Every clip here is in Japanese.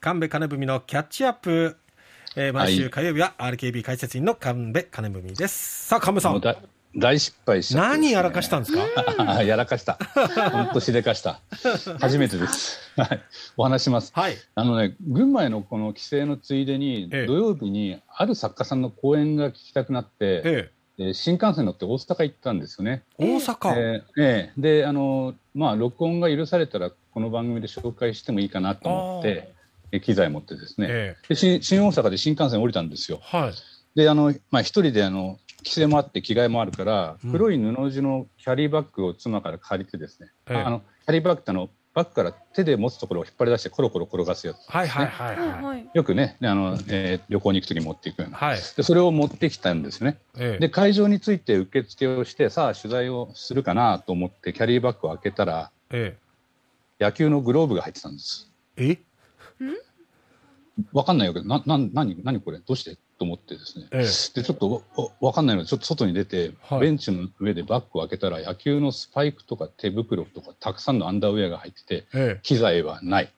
神戸金文のキャッチアップ、えー、毎週火曜日は RKB 解説員の神戸金文です、さあ神戸さもうんだ大失敗しちゃった、何やらかしたんですか、た やらかした本当しでかした初め てですはいお話しますはいあのね群馬へのこの帰省のついでに、ええ土曜日にある作家さんの講演が聞きたくなって、えええー新幹線乗って大阪行ったんですよね、大阪、えーええであのまあ録音が許されたらこの番組で紹介してもいいかなと思ってえ機材持ってですね、えで新新大阪で新幹線降りたんですよえはいであの、まあ、一人であの規制もあって着替えもあるから、うん黒い布地のキャリーバッグを妻から借りてですね、ええあのキャリーバッグってあのバッグから手で持つところを引っ張り出してコロコロ転がすやつはいはいはいはいはいはい。よくねあの、えー旅行に行く時に持っていくようなはい、でそれを持ってきたんですよねえで会場について受付をしてさあ取材をするかなと思ってキャリーバッグを開けたらえ野球のグローブが入ってたんですええわかんないわけなな何何これどうしてと思ってですねええでちょっとわわかんないのでちょっと外に出て、はいベンチの上でバッグを開けたら野球のスパイクとか手袋とかたくさんのアンダーウェアが入っててえ機材はない、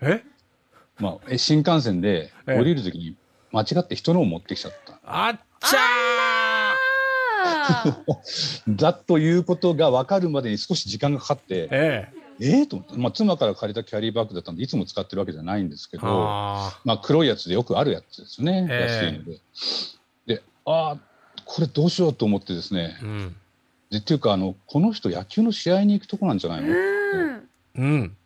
ええまあ、え新幹線でええ降りる時に間違って人のを持ってきちゃった、あっちゃああ。だということが分かるまでに少し時間がかかってーえええー、と思って、まあ、妻から借りたキャリーバッグだったんでいつも使ってるわけじゃないんですけどあまあ、黒いやつでよくあるやつですね、ええ安いので。でああこれどうしようと思ってですねあうんでっていうかあのこの人野球の試合に行くとこなんじゃないの、うん。うん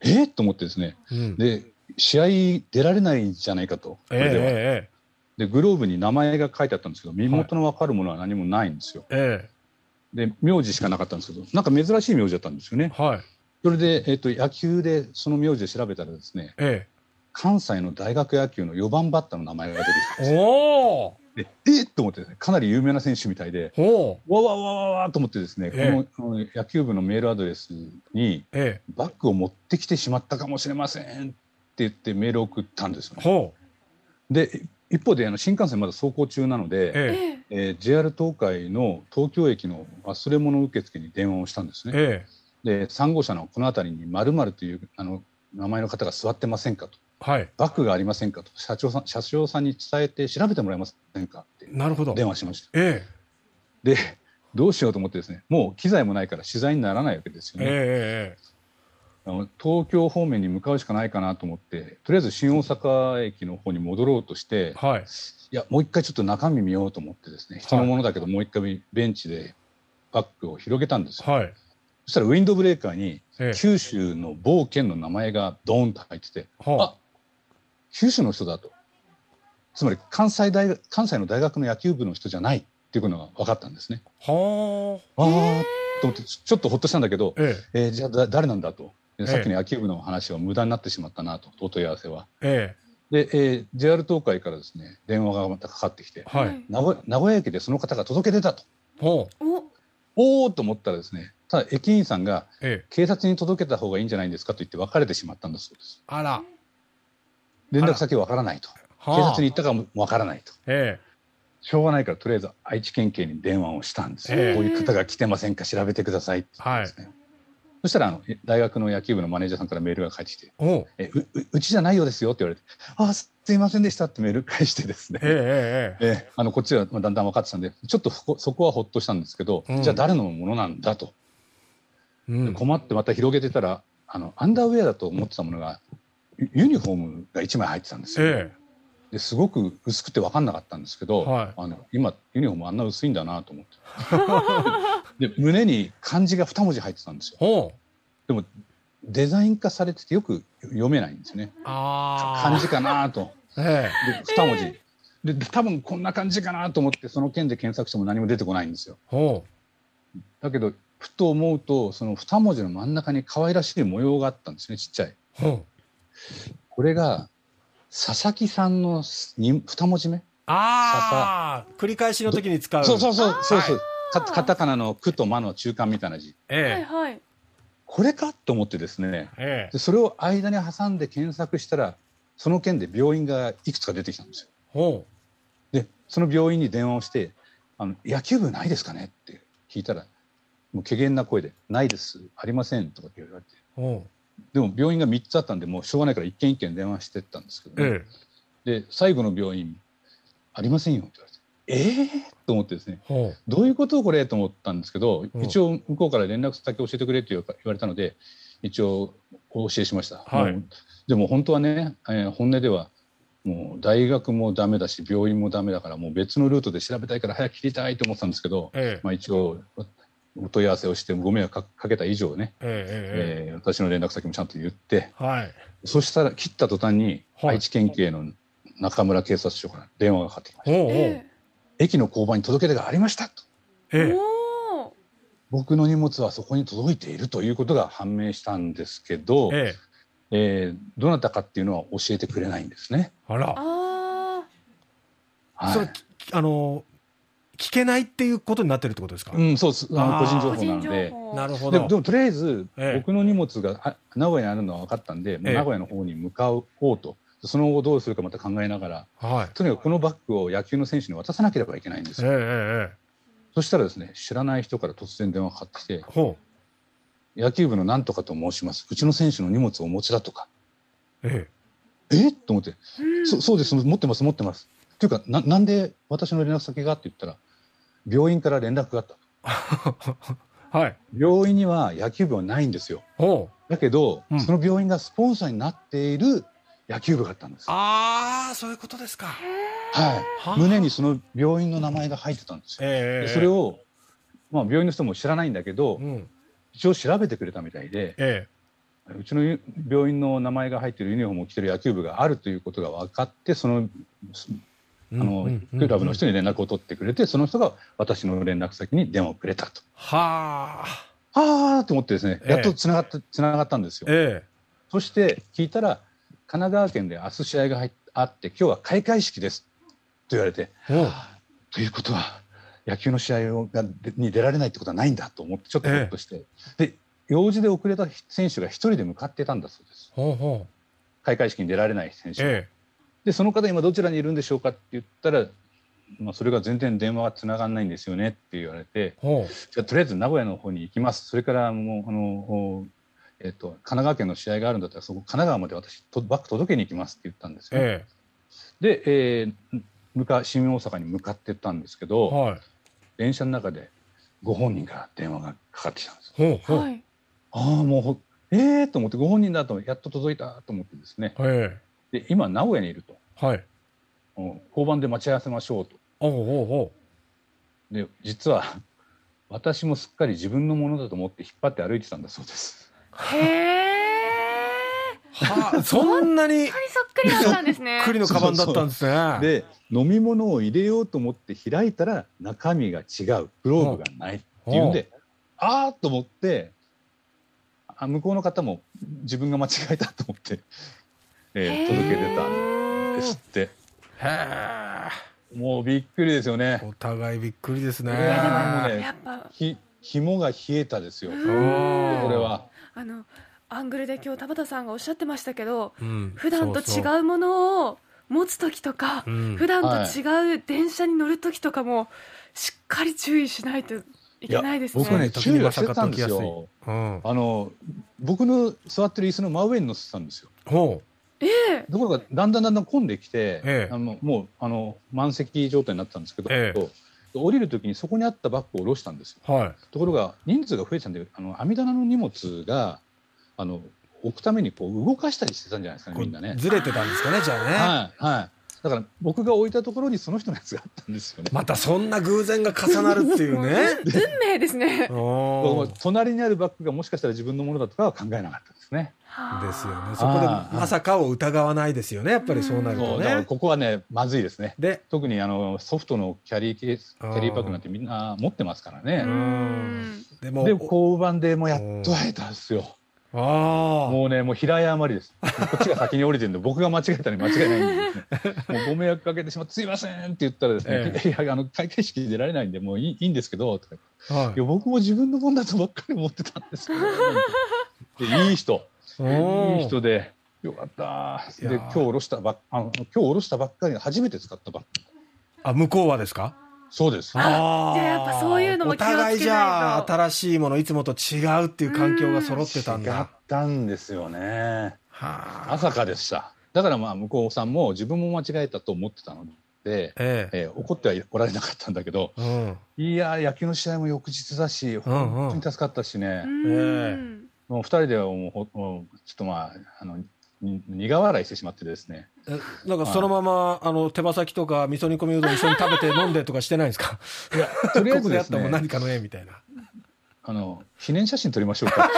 えー、と思ってですねうんで試合出られないんじゃないかとこえれでは、えでグローブに名前が書いてあったんですけど身元の分かるものは何もないんですよ、えええで名字しかなかったんですけどなんか珍しい名字だったんですよねえはいそれで、えっと野球でその名字で調べたらですねえ関西の大学野球の4番バッターの名前が出てきえおおてでえっ、と思ってですねかなり有名な選手みたいでおうわわわわわと思ってですね、ええこのうん野球部のメールアドレスにえバッグを持ってきてしまったかもしれませんって言ってメールを送ったんですよえね。ほうで一方であの新幹線まだ走行中なので、えええー JR 東海の東京駅の忘れ物受付に電話をしたんですえね。ええで3号車のこの辺りに〇〇というあの名前の方が座ってませんかとはいバッグがありませんかと社長さん社長さんに伝えて調べてもらえませんかってなるほど電話しました。えでどうしようと思ってですねもう機材もないから取材にならないわけですえよね。えあの東京方面に向かうしかないかなと思ってとりあえず新大阪駅の方に戻ろうとしてえええはいいやもう一回ちょっと中身見ようと思ってですね人のものだけどもう一回ベンチでバッグを広げたんですよ、はいそしたらウィンドブレーカーにええ九州の某県の名前がドーンと入っててほうあ九州の人だとつまり関西大学関西の大学の野球部の人じゃないっていうことが分かったんですねほああと思ってちょっとほっとしたんだけどうえええーじゃあだ誰なんだと、でええさっきの野球部の話は無駄になってしまったなと、お問い合わせは。えで、えー JR 東海からですね電話がまたかかってきてえ、はい、。名古名古屋駅でその方が届け出たと、ほうお。おおと思ったら、ですねただ駅員さんが、ええ警察に届けた方がいいんじゃないんですかと言って、別れてしまったんだそうです。あら連絡先わからないと、警はあ察に行ったかもわからないと。えしょうがないからとりあえず愛知県警に電話をしたんですよ、ええこういう方が来てませんか調べてくださいって言ってですね、そしたらあの大学の野球部のマネージャーさんからメールが返ってきてえほうえうううちじゃないようですよって言われて「あすすいませんでした」ってメール返してですね、えええええええあのこっちはまあだんだん分かってたんでちょっとそこそこはほっとしたんですけど、うんじゃあ誰のものなんだと、うん困ってまた広げてたらあのアンダーウェアだと思ってたものがユユニフォームが1枚入ってたんですよ、えですごく薄くて分かんなかったんですけど、はいあの今ユニフォームあんな薄いんだなと思って で胸に漢字が2文字入ってたんですえよほうでもデザイン化されててよく読めないんですねああ漢字かなと。えで2文字、でで多分こんな感じかなと思ってその件で検索しても何も出てこないんですよえほだけどふと思うとその2文字の真ん中に可愛らしい模様があったんですねちっちゃいうほうこれが佐々木さんの2文字目ああ繰り返しの時に使うそうそううそうそうそうかカタカナの「く」と「ま」の中間みたいな字はいえはい。これかと思ってですねえええでそれを間に挟んで検索したらその件で病院がいくつか出てきたんですよほうでその病院に電話をして「あの野球部ないですかね?」って聞いたらもう怪げな声で「ないですありません」とかって言われてほでも病院が3つあったんでもうしょうがないから一軒一軒電話してったんですけど、ねえで最後の病院ありませんよって言われてええと思ってですねえ。ほうどういうことこれと思ったんですけど、うん一応向こうから連絡先教えてくれって言われたので一応お教えしました、はいもうでも本当はね、えー本音ではもう大学もダメだし病院もダメだからもう別のルートで調べたいから早く切りたいと思ってたんですけど、ええ。まあ、一応お問い合わせをしてご迷惑かかけた以上ね、ええ。ええええー私の連絡先もちゃんと言ってえはい。そしたら切った途端にはい愛知県警の中村警察署から電話がかかってきましたほうほう。ええ駅の交番に届け出がありましたと。え。え。おー僕の荷物はそこに届いているということが判明したんですけど、えええ。ーどなたかっていうのは教えてくれないんですね。あら。あはそれい、、きあの、聞けないっていうことになってるってことですかうん、そうです。あのあー個人情報なあ。個人の情で。報。なるほでもど。でもとりあえず、ええ僕の荷物があ名古屋にあるのは分かったんで、もうええ名古屋の方に向かおうとその後どうするかまた考えながらはい。とにかくこのバッグを野球の選手に渡さなければいけないんですええよ、ええ。えそしたらですね知らない人から突然電話がかかってきてえほ「野球部のなんとかと申しますうちの選手の荷物をお持ちだ」とかう。え 「えっ?」と思ってうんそそうです、持ってます、持ってます。というかな、なんで私の連絡先がって言ったら、病院から連絡があっえ。た。はい。病院には野球部はないんですよ。ほう。だけど、うんその病院がスポンサーになっている野球部があったんです。はああ、そういうことですか。はあい。胸にその病院の名前が入ってたんですよ。ええええ。でそれを、まあ、病院の人も知らないんだけどう、ん。一応調べてくれたみたいで、えうちのゆ病院の名前が入っているユニフォームを着ている野球部があるということが分かって、そのえ。あのクラブの人に連絡を取ってくれて、その人が私の連絡先に電話をくれたと。はあ。あーと思ってですね、ええやっとつながった、つながったんですよ。えそして聞いたら、神奈川県で明日試合が入っあって、今日は開会式ですと言われて、え。ほう。ということは、野球の試合をがでに出られないってことはないんだと思って、ちょっとほっとして、で、用事で遅れた選手が一人で向かってたんだそうです。ほうほう。開会式に出られない選手がえでその方今どちらにいるんでしょうかって言ったら、まあ、それが全然電話がつながらないんですよねって言われてえ。ほう。じゃあとりあえず名古屋の方に行きますそれからもうあの、おえっと神奈川県の試合があるんだったらそこ神奈川まで私とバッグ届けに行きますって言ったんですよ、えで、えー向か新大阪に向かってったんですけえ。どはい。電車の中でご本人から電話がかかってきたんですほうほはう。い。ああもうほええー、と思ってご本人だと思ってやっと届いたと思ってですねえで今名古屋にいるとえ。はい。うん交番で待ち合わせましょうと。おうおうおう。で実は私もすっかり自分のものだと思って引っ張って歩いてたんだそうです。へえ。は あ、そんなに本当にそっくりだったんで すね。栗のカバンだったんですね。で飲み物を入れようと思って開いたら中身が違うグローブがないっていうんであーっと思ってあ向こうの方も自分が間違えたと思って、えー届け出たんですってへもうびっくりですよえ。ね。お互いびっくりですね。いやあでもやっぱ、ひ紐が冷えたですよこうーれは。あの、アングルで今日田畑さんがおっしゃってましたけど、うん普段そとうそう違うものを持つ時とか、うん普段と違う電車に乗る時とかも、しっかり注意しないといけないですね。僕ね時注に意ははしてたんです逆立ちやよ。うん。あの僕の座ってる椅子の真上に乗せてたんですよ。ほええところがだんだんだんだん混んできて、ええあのもうあの満席状態になってたんですけど、え降りる時にそこにあったバッグを下ろしたんですよ。う。はい。ところが人数が増えてたんであの網棚の荷物があの置くためにこう動かしたりしてたんじゃないですかねみんなね。ずれてたんですかね、じゃあね。はいはい。だから僕が置いたところにその人のやつがあったんですよね。またそんな偶然が重なるっていう ね。運命ですね。おー隣にあるバッグがもしかしたら自分のものだとかは考えなかったですね。ですよね。はそこであーまさかを疑わないですよね。やっぱりそうなるそとうだからね。ここはねまずいですね。で、特にあのソフトのキャリーケースキあーャリーバッグなんてみんな持ってますからあうね、ん。でもで、交番でもうやっと会えたんですよ、ああ、もうねもう平謝りですこっちが先に降りてるんで僕が間違えたに間違いないんでですね、もうご迷惑かけてしまってすいませんって言ったらですね、えいやあの開会式に出られないんでもういいいいんですけどとかはいや僕も自分のもんだとばっかり思ってたんですけどでいい人いいい人でよかったいやで今日下ろしたばっあの今日下ろしたばっかりの初めて使ったばっかりあ、向こうはですか。そうですあじゃあやっぱそういうのもお互い気をつけないとじゃあ新しいものいつもと違うっていう環境が揃ってたん違だっ。たんですよねはまさかでしただからまあ向こうさんも自分も間違えたと思ってたので、ええ。えー怒ってはおられなかったんだけどうん。いやー野球の試合も翌日だし本当に助かったしね、うんもう2人ではもうほもうちょっとまああのに苦笑いしてしまってですねえなんかそのまま、あの、手羽先とか味噌煮込みうどん一緒に食べて飲んでとかしてないんですか とりあえこずこでであっすたもんね何かの絵みたいな。あの記念写真撮りましょうか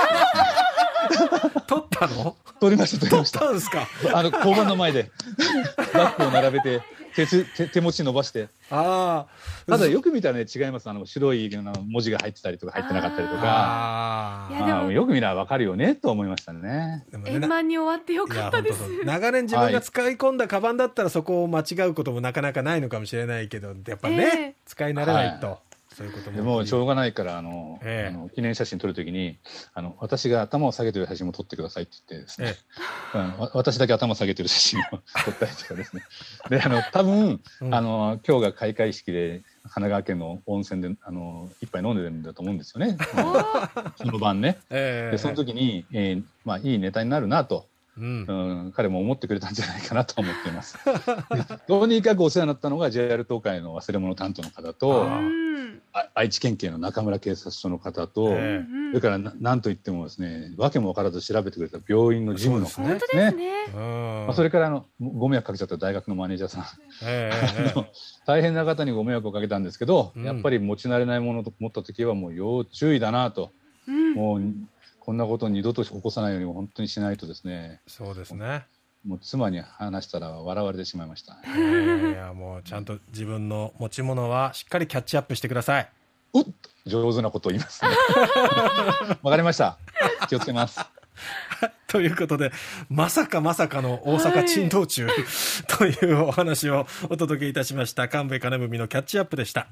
撮ったの撮りま した撮り撮まっしたたんですかあの交番の前で バッグを並べて手つ手手持ち伸ばしてああ。ただよく見たらね違いますあの白いあの文字が入ってたりとか入ってなかったりとかあいあや。までもあ、よく見ればわかるよねと思いましたねでもね円満に終わってよいかやった本で当すそう長年自分が使い込んだカバンだったらそこを間違うこともなかなかないのかもしれないけどやっぱね、使い慣れないと、はそういうこともでもしょうがないからあの、ええあの記念写真撮るときにあの私が頭を下げてる写真も撮ってくださいって言ってですね、うんわ私だけ頭下げてる写真を撮ったりとかで すねであの多分、うんあの今日が開会式で神奈川県の温泉であの一杯飲んでるんだと思うんで すよねその晩ね。ええでその時に、えーまあ、いいネタになるなとうんうん、彼も思ってくれたんじゃないかなと思ってい ます。とにかくお世話になったのが JR 東海の忘れ物担当の方とあうんあ愛知県警の中村警察署の方と、ええうんそれからななんといってもですね訳も分からず調べてくれた病院の事務のそ方うねで本当ですね。うんまあ、それからあのごご迷惑かけちゃった大学のマネージャーさん、え えええ大変な方にご迷惑をかけたんですけど、うんやっぱり持ち慣れないものと持った時はもう要注意だなと、うんもうこんなことを二度と起こさないように本当にしないとですねそうですねもう妻に話したら笑われてしまいました。いやいやいやもうちゃんと自分の持ち物はしっかりキャッチアップしてください おっと上手なことを言いますね。わかりました。気をつけます。ということで、まさかまさかの大阪沈道中、というお話をお届けいたしました。神戸金文のキャッチアップでした。